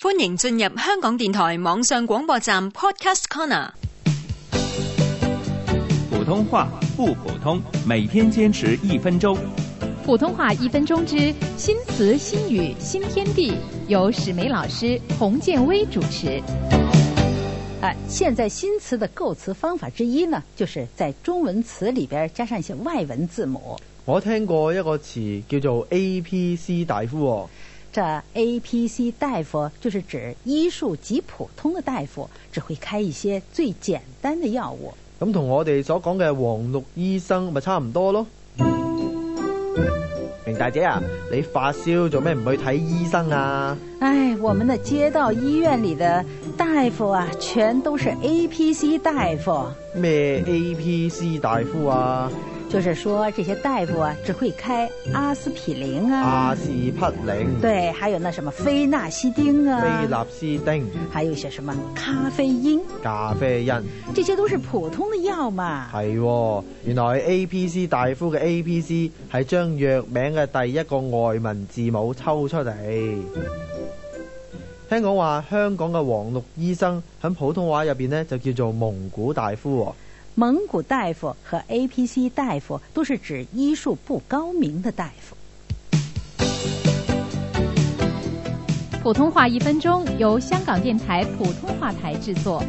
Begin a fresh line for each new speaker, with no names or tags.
歡迎進入香港電台網上廣播站 Podcast Corner。
普通話不普通，每天堅持一分鐘。
普通話一分鐘之新詞新語新天地，由史梅老師、洪建威主持。
啊，現在新詞的構詞方法之一呢，就是在中文詞裏邊加上一些外文字母。
我聽過一個詞叫做 A P C 大夫喎，
這 A P C 大夫就是指醫術極普通的大夫，只會開一些最簡單的藥物。
咁同我哋所講嘅黃綠醫生咪差唔多咯。明大姐啊，你發燒做咩唔去睇醫生啊？
哎，我們的街道醫院裏的大夫啊，全都是 A P C 大夫，啊
咩 A P C 大夫啊？
就是說這些大夫啊，只會開阿司匹林啊，
阿士匹靈、
對，還有那什麼非那西汀
菲
啊，
立斯汀、
還有一些什麼咖啡因，
咖啡因，
這些都是普通的藥嘛。
係喎。原來 A P C 大夫嘅 A P C 係將藥名嘅第一個外文字母抽出嚟。聽講話香港嘅黃綠醫生喺普通話入邊呢，就叫做蒙古大夫喎。
蒙古大夫和 A P C 大夫都是指醫術不高明的大夫。
普通話一分鐘由香港電台普通話台製作。